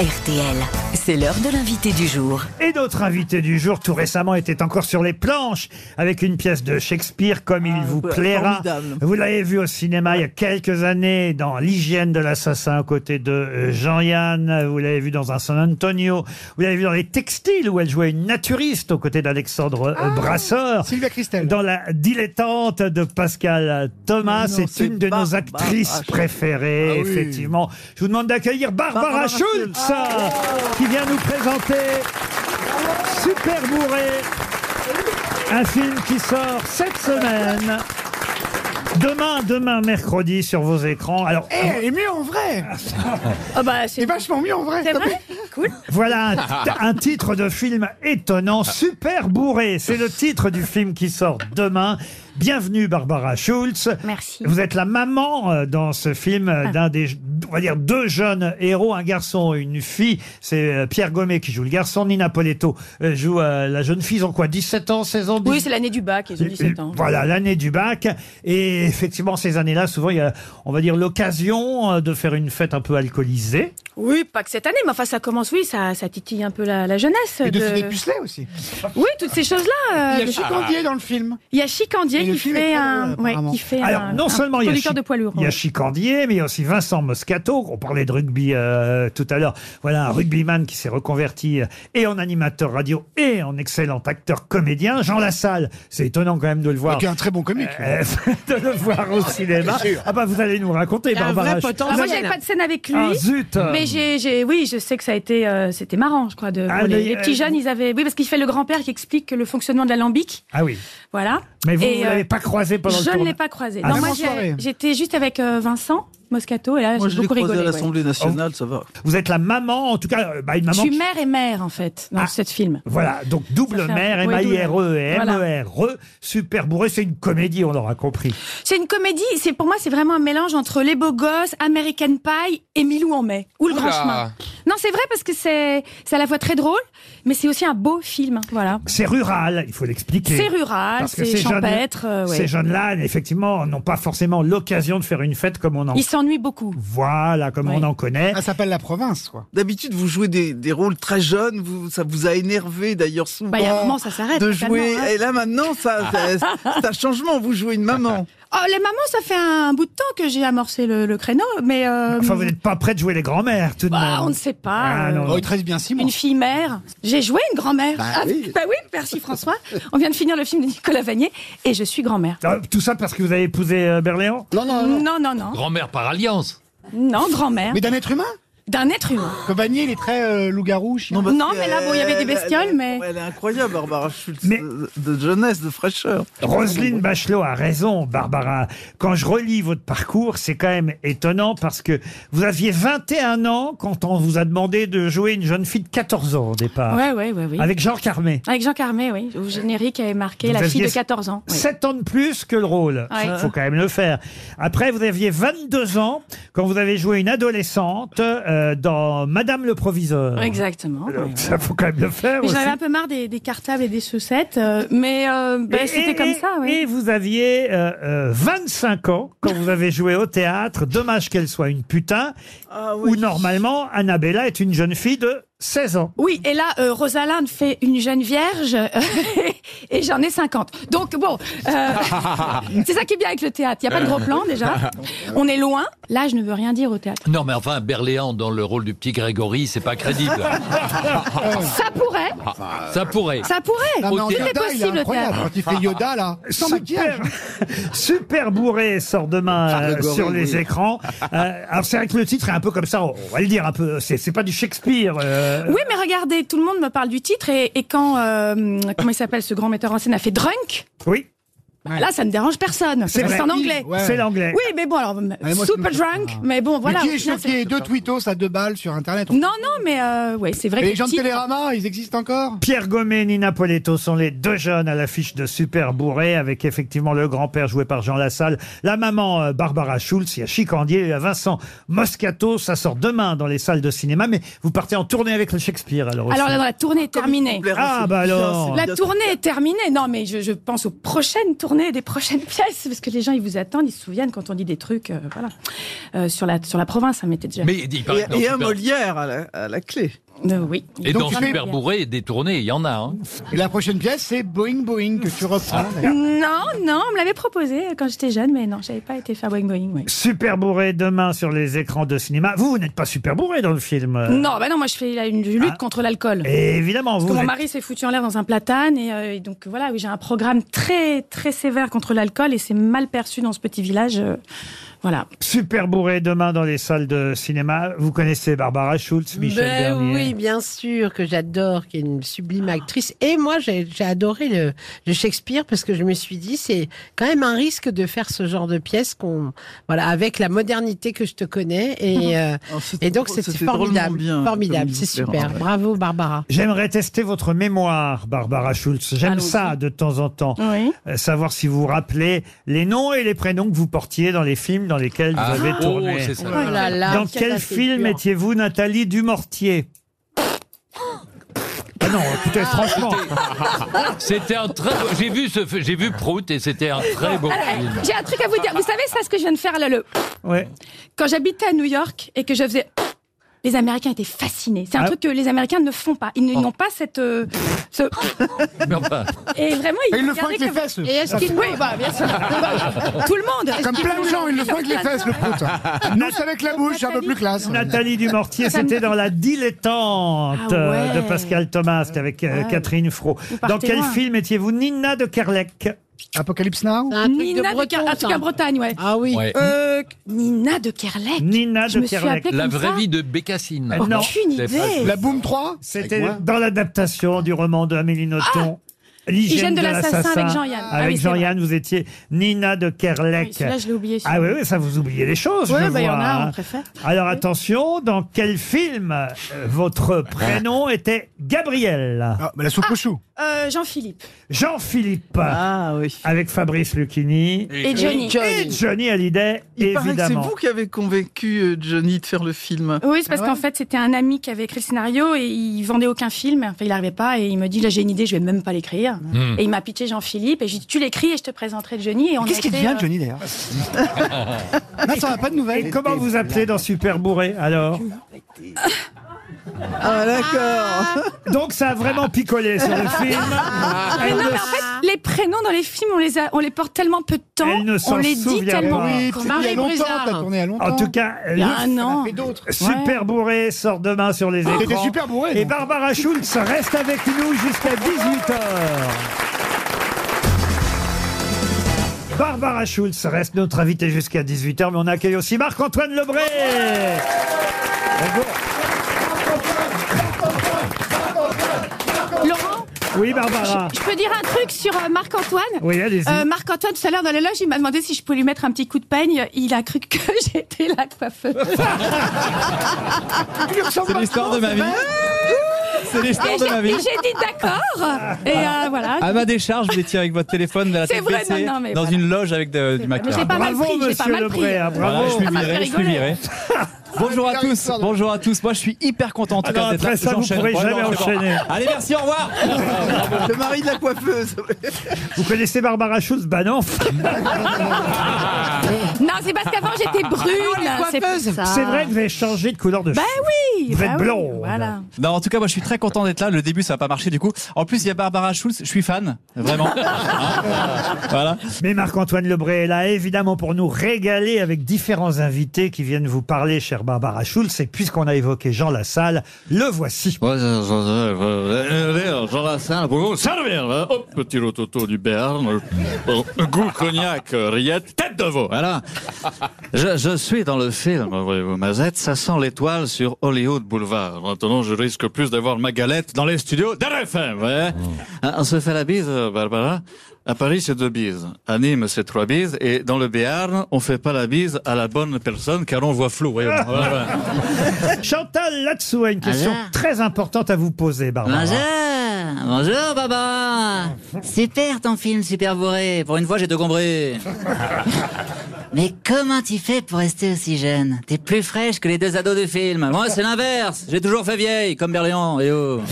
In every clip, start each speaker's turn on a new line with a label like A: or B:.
A: RTL. C'est l'heure de l'invité du jour.
B: Et notre invité du jour, tout récemment, était encore sur les planches avec une pièce de Shakespeare, comme il vous
C: Ah, ouais,
B: plaira.
C: formidable.
B: Vous l'avez vu au cinéma il y a quelques années dans L'hygiène de l'assassin aux côtés de euh, Jean-Yann. Vous l'avez vu dans un San Antonio. Vous l'avez vu dans les textiles où elle jouait une naturiste aux côtés d'Alexandre
C: Ah,
B: euh, Brasseur.
D: Sylvia Christel.
B: Dans la dilettante de Pascal Thomas,
C: Mais non,
B: c'est une
C: c'est
B: de nos
C: Barbara
B: actrices
C: Schultz.
B: préférées,
C: Ah oui.
B: effectivement. Je vous demande d'accueillir Barbara,
C: Barbara Ah
B: Schultz, qui vient nous présenter Super Bourré, un film qui sort cette semaine. Demain, demain, mercredi, sur vos écrans. Alors,
D: Eh, elle est mieux en vrai
E: Ah bah
D: Elle est
E: c'est
D: vachement mieux en vrai
E: c'est vrai Cool.
B: Voilà un, t- un titre de film étonnant, super bourré. C'est le titre du film qui sort demain. Bienvenue Barbara Schulz.
E: Merci. Ah.
B: Vous êtes la maman euh, dans ce film euh, d'un des, on va dire, deux jeunes héros, un garçon et une fille. C'est euh, Pierre Gomet qui joue le garçon, Nina Poletto euh, joue euh, la jeune fille. Ils ont quoi 17 ans, 16 ans
E: Oui, c'est l'année du bac, ils ont 17 ans.
B: Voilà, l'année du bac. Et effectivement, ces années-là, souvent, il y a, on va dire, l'occasion euh, de faire une fête un peu alcoolisée.
E: Oui, pas que cette année, mais enfin ça commence, oui, ça, ça titille un peu la, la jeunesse.
D: Et de
E: de-
D: Philippe Pucelet aussi.
E: Oui, toutes ces
D: Il
E: choses-là.
D: y
E: euh,
D: a
E: de-
D: Chicandier dans le film.
E: Il y a Chicandier
D: Et le
E: qui
D: film est
E: fait,
D: très
E: un,
D: drôle,
E: ouais,
D: apparemment.
E: qui fait
B: Alors,
E: un,
B: non
E: un
B: seulement il y a,
E: producteur
B: Chi-
E: de poids lourd.
B: il y a
E: ouais.
B: Chicandier, mais il y a aussi Vincent Moscato. On parlait de rugby euh, tout à l'heure. Voilà un rugbyman qui s'est reconverti euh, et en animateur radio et en excellent acteur comédien. Jean Lassalle, c'est étonnant quand même de le voir.
D: Qui est un très bon comique.
B: Ah. euh, de le voir au cinéma.
D: Bien sûr.
B: Ah bah vous allez nous raconter, Barbara.
E: Ah, moi, j'avais pas de scène avec lui.
B: Ah, zut
E: Mais j'ai, j'ai- oui, je sais que ça a été, euh, c'était marrant, je crois, de,
B: Ah,
E: pour les,
B: mais,
E: les petits
B: euh,
E: jeunes, ils avaient, oui, parce qu'il fait le grand-père qui explique le fonctionnement de l'alambic,
B: Ah oui.
E: voilà.
B: Mais vous,
E: Et,
B: vous
E: euh,
B: l'avez pas croisé pendant le
E: je ne
B: tournage.
E: l'ai pas croisé.
B: Ah,
E: non,
B: mais
E: moi,
D: en
E: j'ai-
D: soirée.
E: j'étais juste avec euh, Vincent Moscato, et là,
C: Moi,
E: j'ai
C: je l'ai
E: beaucoup
C: croisé
E: rigolé.
C: à
E: ouais.
C: l'Assemblée nationale, ça va.
B: Vous êtes la maman, en tout cas, euh, bah, une
E: Je
B: maman.
E: suis
B: qui-
E: mère et mère, en fait, dans
B: Ah.
E: ce film.
B: Voilà, donc double
E: Ça fait un-
B: mère,
E: ouais,
B: M-A-I-R-E et
E: double.
B: M-E-R-E, E super bourré, c'est une comédie, on l'aura compris.
E: C'est une comédie, c'est pour moi, c'est vraiment un mélange entre Les Beaux Gosses, American Pie et Milou en mai, ou Le Grand Chemin. Non, c'est vrai parce que c'est c'est à la fois très drôle, mais c'est aussi un beau film, voilà.
B: C'est rural, il faut l'expliquer.
E: C'est rural,
B: Parce que
E: c'est
B: ces jeunes-
E: champêtre, euh, ouais.
B: Ces jeunes-là, effectivement, n'ont pas forcément l'occasion de faire une fête comme on en
E: ils s'ennuient beaucoup.
B: voilà, comme
E: Ouais. Ah,
B: on en connaît.
D: Elle s'appelle La Province, quoi.
C: D'habitude, vous jouez des, des rôles très jeunes, vous, ça vous a énervé d'ailleurs souvent.
E: Bah, il y a un moment, ça s'arrête.
C: de
E: totalement,
C: jouer.
E: hein.
C: Et là maintenant, ça, c'est c'est un changement. Vous jouez une maman.
E: Oh, les mamans, ça fait un bout de temps que j'ai amorcé le, le créneau, mais. euh,
B: Enfin, vous n'êtes pas prêt de jouer les grands-mères, tout de
E: bah,
B: même.
E: on ne sait pas.
B: Ah,
E: euh,
B: non,
D: Oh, il traite bien Simon.
E: Une fille mère. J'ai joué une grand-mère.
C: Bah
E: Ah,
C: oui.
E: bah oui, merci François. On vient de finir le film de Nicolas Vanier et je suis grand-mère.
B: Ah, Tout ça parce que vous avez épousé euh, Berléand
E: Non, non, non.
F: Grand-mère par alliance.
E: Non, grand-mère.
D: Mais d'un être humain
E: D'un être humain.
D: Covanier, il est très euh, loup-garou, chien.
C: parce
E: Non,
C: que
E: mais là, bon, il y avait des
B: euh,
C: elle- elle-
E: bestioles,
C: elle-
E: mais-
C: Elle est incroyable, Barbara Schultz.
B: Mais-
C: De, de jeunesse, de fraîcheur.
B: Roselyne Bachelot a raison, Barbara. Quand je relis votre parcours, c'est quand même étonnant parce que vous aviez 21 ans quand on vous a demandé de jouer une jeune fille de 14 ans au départ.
E: Ouais, ouais, ouais, oui. Avec,
B: Avec Jean Carmé.
E: Jean Carmé, oui. Au générique, elle est marqué
B: Vous
E: la fille
B: aviez-
E: de 14 ans. oui.
B: 7 ans de plus que le rôle.
E: Ouais.
B: Faut quand même le faire. Après, vous aviez 22 ans quand vous avez joué une adolescente euh, dans Madame le Proviseur.
E: Exactement. oui, oui.
B: Ça, faut quand même le faire
E: Mais
B: aussi.
E: J'en avais un peu marre des, des cartables et des chaussettes, euh, mais euh, bah,
B: Et-
E: c'était
B: et-
E: comme ça, oui.
B: Et vous aviez euh, euh, 25 ans quand vous avez joué au théâtre Dommage qu'elle soit une putain,
C: Ah
B: où normalement Annabella est une jeune fille de 16 ans.
E: Oui, et là, euh, Rosalinde fait une jeune vierge et j'en ai 50. Donc bon, euh, c'est ça qui est bien avec le théâtre. Il n'y a pas de gros plan déjà. On est loin. Là, je ne veux rien dire au théâtre.
F: Non, mais enfin, Berléand dans le rôle du petit Grégory, c'est pas crédible.
B: Oh.
E: Ça pourrait,
F: Ça pourrait.
E: Ah. ça pourrait.
D: Non, mais en
F: Tout est
D: Yoda, il est
E: possible,
D: incroyable.
E: Théâtre.
D: Quand il fait Yoda, là, sans maquillage.
B: Super, super bourré sort demain euh,
C: Grégory,
B: sur les
C: oui.
B: écrans. Euh, alors c'est vrai que le titre est un peu comme ça, on va le dire un peu. C'est c'est pas du Shakespeare. euh,
E: Oui, mais regardez, tout le monde me parle du titre et, et quand, euh, comment il s'appelle, ce grand metteur en scène a fait Drunk,
B: oui,
E: bah là, ça ne dérange personne.
B: C'est
E: C'est
B: vrai.
E: en anglais.
D: Ouais. Ah,
B: c'est l'anglais.
E: Oui, mais bon, alors,
D: c'est me
E: super
D: choque
E: drunk,
D: pas.
E: mais bon,
D: Mais
E: voilà.
D: qui
E: au
D: est
E: final,
D: choqué Deux tweetos à deux balles sur Internet.
E: c'est- Non, non, mais euh, ouais, c'est vrai
D: Et
E: que
D: les gens
E: le
D: de
E: titre-
D: Télérama, ils existent encore
B: Pierre Gomet et Nina Poletto sont les deux jeunes à l'affiche de Super Bourré, avec effectivement le grand-père joué par Jean Lassalle, la maman euh, Barbara Schulz, il y a Chicandier, il y a Vincent Moscato. Ça sort demain dans les salles de cinéma, mais vous partez en tournée avec le Shakespeare alors aussi.
E: Alors là, la tournée est terminée.
C: Blair,
B: Ah,
C: c'est
B: bah
C: bien,
B: alors.
C: c'est
E: La
C: bien.
E: tournée est terminée. Non, mais je, je pense aux prochaines tournée des prochaines pièces, parce que les gens, ils vous attendent, ils se souviennent quand on dit des trucs, euh, voilà. Euh, sur, la, sur la province, ça m'était déjà.
F: Mais il
C: Et,
F: paraît que dans
C: et un
F: Super,
C: Molière à la, à la clé.
E: Euh, oui.
F: et
D: Donc
F: dans
D: tu fais-
F: Super Bourré, des tournées, il y en a. hein.
D: Et la prochaine pièce, c'est Boeing Boeing que tu reprends. d'ailleurs.
E: Non, non, on me l'avait proposé quand j'étais jeune, mais non, j'avais pas été faire Boeing Boeing. oui.
B: Super bourré demain sur les écrans de cinéma. Vous, vous n'êtes pas super bourré dans le film. euh.
E: Non, bah non, moi je fais là, une lutte
B: Ah.
E: contre l'alcool.
B: Et évidemment, vous.
E: Parce que mon
B: êtes-
E: mari s'est foutu en l'air dans un platane et, euh, et donc voilà, oui, j'ai un programme très très sévère contre l'alcool et c'est mal perçu dans ce petit village. euh, voilà.
B: Super bourré demain dans les salles de cinéma. Vous connaissez Barbara Schultz, Michel
G: Ben
B: Bernier.
G: oui, bien sûr que j'adore, qui est une sublime actrice. Et moi, j'ai j'ai adoré le, le Shakespeare parce que je me suis dit, c'est quand même un risque de faire ce genre de pièce qu'on, voilà, avec la modernité que je te connais. Et, euh,
C: Oh, c'était
G: et donc,
C: drôle-
G: c'était
C: drôlement
G: formidable,
C: bien,
G: formidable,
C: comme
G: c'est
C: ils opèrent,
G: super.
C: ouais.
G: Bravo, Barbara.
B: J'aimerais tester votre mémoire, Barbara Schultz. J'aime
E: Allons-y. Mm.
B: ça de temps en temps.
E: Oui.
B: Euh, Savoir si vous vous rappelez les noms et les prénoms que vous portiez dans les films dans lesquels
F: Ah,
B: vous avez
F: oh,
B: tourné.
F: c'est ça.
G: Oh là là,
B: Dans
G: ça,
B: quel
G: c'est
B: film
G: dur.
B: étiez-vous Nathalie Dumortier Ah non, écoutez, franchement,
F: C'était un très beau- J'ai vu ce, j'ai vu Prout et c'était un très beau
E: Ah,
F: film.
E: Euh, J'ai un truc à vous dire. Vous savez ça ce que je viens de faire là le
B: ouais.
E: quand j'habitais à New York et que je faisais les Américains étaient fascinés. C'est un
B: Ah.
E: truc que les Américains ne font pas. Ils ne- ils
D: Oh.
E: n'ont pas cette euh, ce
F: Mais enfin,
E: et vraiment
D: Et ils le font
E: regardaient
D: avec les
E: comme-
D: fesses.
G: Et est-ce qu'il
E: Oui, bah, bien sûr. Tout le monde. Est-ce
D: Comme
E: qu'ils
D: plein de
E: font
D: gens, ils le font avec les
E: Nathalie-
D: fesses, le prout. Nous, c'est avec la bouche, c'est un peu plus classe.
B: Nathalie Dumortier,
E: Ça me-
B: c'était dans La Dilettante
E: Ah
B: euh,
E: ouais.
B: de Pascal Thomas, c'était avec euh,
E: Ouais.
B: Catherine Fro. Dans
E: partez
B: quel
E: loin.
B: film étiez-vous Nina de Kerlec
D: Apocalypse Now
G: C'est un truc
E: Nina
G: de breton,
E: de Ker- un truc
G: ça.
E: en Bretagne, ouais.
G: Ah oui.
F: ouais.
E: Euh, Nina de Kerlec.
B: Nina
E: Je
B: de
E: me suis
B: Kerlec.
E: appelée
F: la
E: comme
F: vraie
E: ça. Ah,
F: vie de Bécassine.
B: Non.
E: Aucune
F: C'est pas-
E: idée.
D: La Boom 3
B: C'était
D: Avec moi.
B: dans l'adaptation du roman de Amélie Nothomb. L'hygiène
E: Hygiène Ah de l'assassin avec Jean-Yann. Ah oui,
B: Avec
E: c'est
B: Jean-Yann, vous étiez Nina de Kerlec.
E: Oui, celui-là, je l'ai oublié.
B: Ah oui, oui, ça vous oubliez les choses.
E: Oui,
B: je
E: bah, il y en
B: vois,
E: a,
B: hein.
E: on préfère.
B: Alors attention, dans quel film euh, votre prénom était Gabriel
D: Ah, mais la soupe au chou.
E: Euh, Jean-Philippe.
B: Jean-Philippe,
C: Ah oui.
B: avec Fabrice Lucchini
E: Et Johnny.
B: et Johnny Hallyday,
C: Il paraît que c'est
B: évidemment.
C: vous qui avez convaincu euh, Johnny de faire le film.
E: Oui, c'est parce
D: Ah ouais
E: qu'en fait, c'était un ami qui avait écrit le scénario et il vendait aucun film. Enfin, il n'arrivait pas et il me dit Là, j'ai une idée, je vais même pas l'écrire.
F: Hmm.
E: Et il m'a pitché Jean-Philippe et j'ai dit Tu l'écris et je te présenterai Johnny. Et on a
D: Qu'est-ce qu'il
E: été,
D: devient,
E: euh,
D: Johnny, d'ailleurs Non, ça n'a pas de nouvelles.
B: Ah, Et comment vous appelez dans Super Bourré alors
C: Ah d'accord.
B: Donc ça a vraiment picolé sur le film.
E: Ah, Mais non, mais en fait, les prénoms dans les films, on les, a, on les porte tellement peu de temps,
B: Elle ne
E: on
B: s'en
E: les dit
B: souvient
E: tellement.
B: pas.
D: Oui,
E: qu'on
D: c'était il y a
E: Marie
D: longtemps,
E: Brizard.
D: t'as tourné il y a longtemps.
B: Ah, En tout cas,
E: Il y a
B: le
E: un an.
D: Et d'autres.
B: Super Bourré sort demain sur les écrans.
D: T'étais super bourré.
B: Et
D: donc.
B: Barbara Schultz reste avec nous jusqu'à 18h. Barbara Schultz reste notre invitée jusqu'à 18h, mais on accueille aussi Marc-Antoine Lebré. Bonjour.
E: Laurent,
B: Oui, Barbara.
E: je peux dire un truc sur euh, Marc-Antoine
B: Oui, allez-y.
E: Euh, Marc-Antoine, tout à l'heure dans la loge, il m'a demandé si je pouvais lui mettre un petit coup de peigne. Il a cru que j'étais la coiffeuse.
H: C'est l'histoire de ma vie. C'est l'histoire
E: Et
H: de
E: j'ai
H: ma
E: et Ah, j'ai
H: vie.
E: dit d'accord. Et euh, voilà.
H: À ma décharge, vous étiez avec votre téléphone de la
E: C'est
H: tête
E: vrai,
H: baissée
E: non, non, mais
H: dans
E: voilà.
H: une loge avec de- du
E: Mais
H: maquillage.
E: j'ai pas mal
B: Bravo,
E: pris, j'ai pas
B: monsieur
E: mal pris. Ah,
B: Lebré. hein, bravo.
H: Voilà, Ah, je suis
E: m'a fait
H: viré, je suis
E: bah, rigoler.
H: viré. Bonjour à
D: Ah,
H: tous,
D: histoire de-
H: bonjour à tous. Moi, je suis hyper content en tout
B: Ah non,
H: cas d'être
B: après
H: là.
B: ça, vous
H: J'enchaîne.
B: pourrez
H: Ouais,
B: jamais
H: non, c'est bon.
B: enchaîner.
H: Allez, merci, au revoir.
C: Le mari de la coiffeuse.
B: Vous connaissez Barbara Schultz Bah non.
E: Non, c'est parce qu'avant j'étais brune. c'est pour ça.
B: C'est vrai que vous avez changé de couleur de
E: Ben
B: cheveux.
E: bah. oui.
B: Vous
E: ben
B: êtes
E: oui,
B: blonde.
E: Voilà.
H: Non, en tout cas, moi, je suis très content d'être là. Le début, ça va pas marcher du coup. En plus, il y a Barbara Schulz. Je suis fan, vraiment. Hein voilà.
B: Mais Marc-Antoine Lebré est là, évidemment, pour nous régaler avec différents invités qui viennent vous parler, chère Barbara Schulz. Et puisqu'on a évoqué Jean Lassalle, le voici.
I: Ouais, ça- ça- ça- ça- Jean Lassalle, euh, pour vous servir. hein. Hop, petit rototo du Béarn. Bon, Goût cognac, euh, rillette, tête de veau. Voilà. Je, je suis dans le film, voyez-vous, Mazette. Ça sent l'étoile sur Hollywood Boulevard. Maintenant, je risque plus d'avoir ma galette dans les studios d'RFM. Ouais. Hein, On se fait la bise, euh, Barbara. À Paris, c'est deux bises. À Nîmes, c'est trois bises. Et dans le Béarn, on fait pas la bise à la bonne personne car on voit flou. voyez-vous. Ouais, ouais.
B: Chantal là-dessous a une question
J: Alors
B: très importante à vous poser, Barbara.
J: Bonjour Bonjour Baba Super ton film, super bourré Pour une fois, j'ai tout compris Mais comment tu fais pour rester aussi jeune T'es plus fraîche que les deux ados du film. Moi, c'est l'inverse. J'ai toujours fait vieille, comme Berléon. Et oh.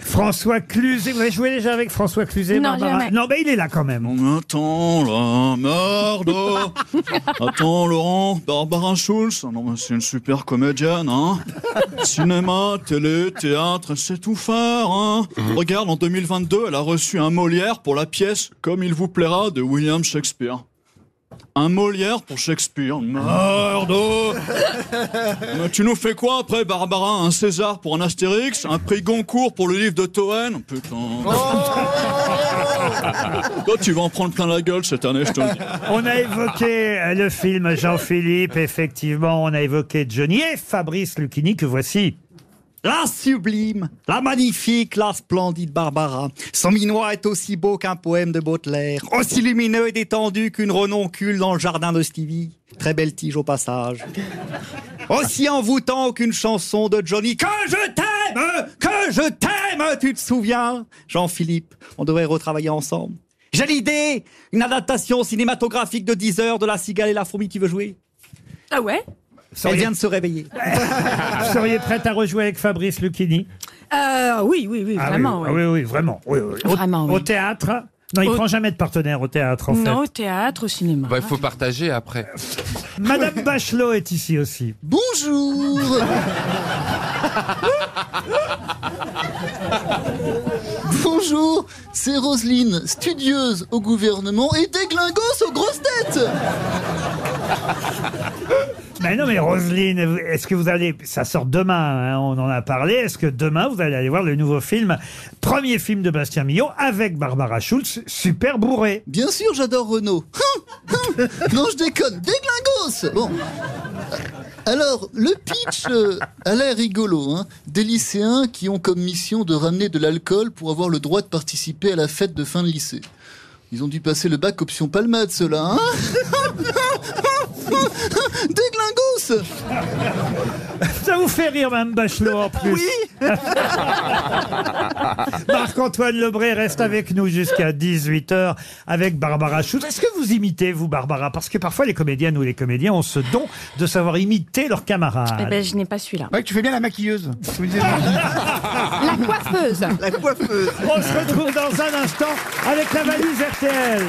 B: François Cluzet, vous avez joué déjà avec François Cluzet,
J: Non,
B: Barbara
J: jamais.
B: Non, mais il est là quand même.
I: On attend la mort de- Attends, Laurent, Barbara Schulz. Ah Non, mais c'est une super comédienne, hein. Cinéma, télé, théâtre, elle sait tout faire, hein. Regarde, en 2022, elle a reçu un Molière pour la pièce Comme il vous plaira de William Shakespeare. Un Molière pour Shakespeare. Merde Mais tu nous fais quoi après, Barbara Un César pour un Astérix Un prix Goncourt pour le livre de Toen Putain Toi, tu vas en prendre plein la gueule cette année, je te le dis.
B: On a évoqué euh, le film Jean-Philippe, effectivement, on a évoqué Johnny et Fabrice Lucchini que voici.
K: La sublime, la magnifique, la splendide Barbara. Son minois est aussi beau qu'un poème de Baudelaire, aussi lumineux et détendu qu'une renoncule dans le jardin de Stevie. Très belle tige au passage. Aussi envoûtant qu'une chanson de Johnny. Que je t'aime, que je t'aime, tu te souviens Jean-Philippe, on devrait retravailler ensemble. J'ai l'idée, une adaptation cinématographique de 10 heures de La cigale et la fourmi qui veut jouer.
E: Ah ouais
K: Elle vient de se réveiller.
B: Vous seriez prête à rejouer avec Fabrice Lucchini
E: Euh, oui, oui, oui,
B: Ah
E: vraiment.
B: oui,
E: ouais.
B: oui, oui, vraiment. oui, oui. Au,
E: Vraiment, oui.
B: au théâtre Non, il
E: Au-
B: prend jamais de partenaire au théâtre, en
E: Non, au
B: fait.
E: théâtre, au cinéma.
L: Bah, il faut partager après.
B: Madame Bachelot est ici aussi.
L: Bonjour
M: Bonjour, c'est Roselyne, studieuse au gouvernement et déglingos aux grosses têtes
B: Mais non, mais Roselyne, vous- est-ce que vous allez. Ça sort demain, hein, on en a parlé. Est-ce que demain, vous allez aller voir le nouveau film, premier film de Bastien Millon, avec Barbara Schulz, super bourré
M: Bien sûr, j'adore Renault. Hum, non, je déconne, déglingos Bon. Alors, le pitch euh, a l'air rigolo. hein. Des lycéens qui ont comme mission de ramener de l'alcool pour avoir le droit de participer à la fête de fin de lycée. Ils ont dû passer le bac option palmade, ceux-là. Hein déglingos
B: Ça vous fait rire, Mme Bachelot, en plus. Oui Marc-Antoine Lebré reste avec nous jusqu'à 18h avec Barbara Schultz. Est-ce que vous imitez, vous, Barbara Parce que parfois, les comédiennes ou les comédiens ont ce don de savoir imiter leurs camarades.
E: Eh ben, je n'ai pas celui-là.
D: Ouais, tu fais bien la maquilleuse.
E: La coiffeuse.
D: La coiffeuse.
B: On se retrouve dans un instant avec la valise RTL.